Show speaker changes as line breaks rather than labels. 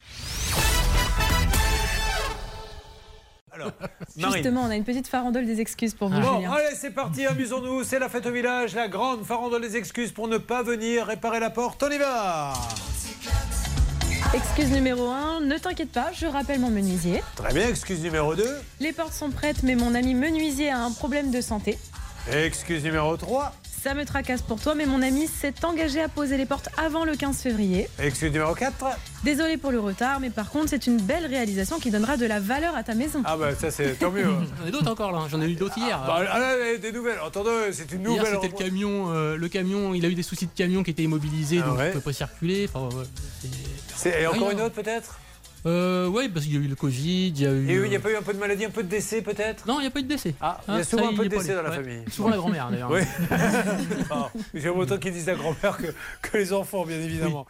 Alors, Marine.
Justement, on a une petite farandole des excuses pour vous,
Ah. Bon,
Julien.
allez, c'est parti, amusons-nous. C'est la fête au village, la grande farandole des excuses pour ne pas venir réparer la porte. On y va
Excuse numéro 1, ne t'inquiète pas, je rappelle mon menuisier.
Très bien, excuse numéro 2.
Les portes sont prêtes, mais mon ami menuisier a un problème de santé.
Excuse numéro 3.
Ça me tracasse pour toi, mais mon ami s'est engagé à poser les portes avant le 15 février.
Excuse numéro 4.
Désolé pour le retard, mais par contre, c'est une belle réalisation qui donnera de la valeur à ta maison.
Ah bah ça c'est tant mieux.
J'en ai d'autres encore là, hein. j'en ai eu d'autres hier.
Bah, ah, là, là, des nouvelles. Attendez, c'est une
Hier
nouvelle.
c'était le camion, euh, le camion, il a eu des soucis de camion qui était immobilisé,
Ah
donc
ouais.
il ne peut pas circuler. Enfin, ouais, c'est-
C'est- Et encore
Rien.
une autre peut-être
euh, ouais, parce qu'il y a eu le Covid, il y a eu.
Et oui, il n'y a
euh,
pas eu un peu de maladie, un peu de décès peut-être
Non, il n'y a pas eu de décès.
Ah, il y a
Hein,
souvent
ça,
un peu
y
de
est pas
décès
allé.
dans la
Ouais.
famille. Ah,
Souvent la grand-mère d'ailleurs.
Oui. Ah, J'aime autant qu'ils disent la grand-mère que, que les enfants, bien évidemment.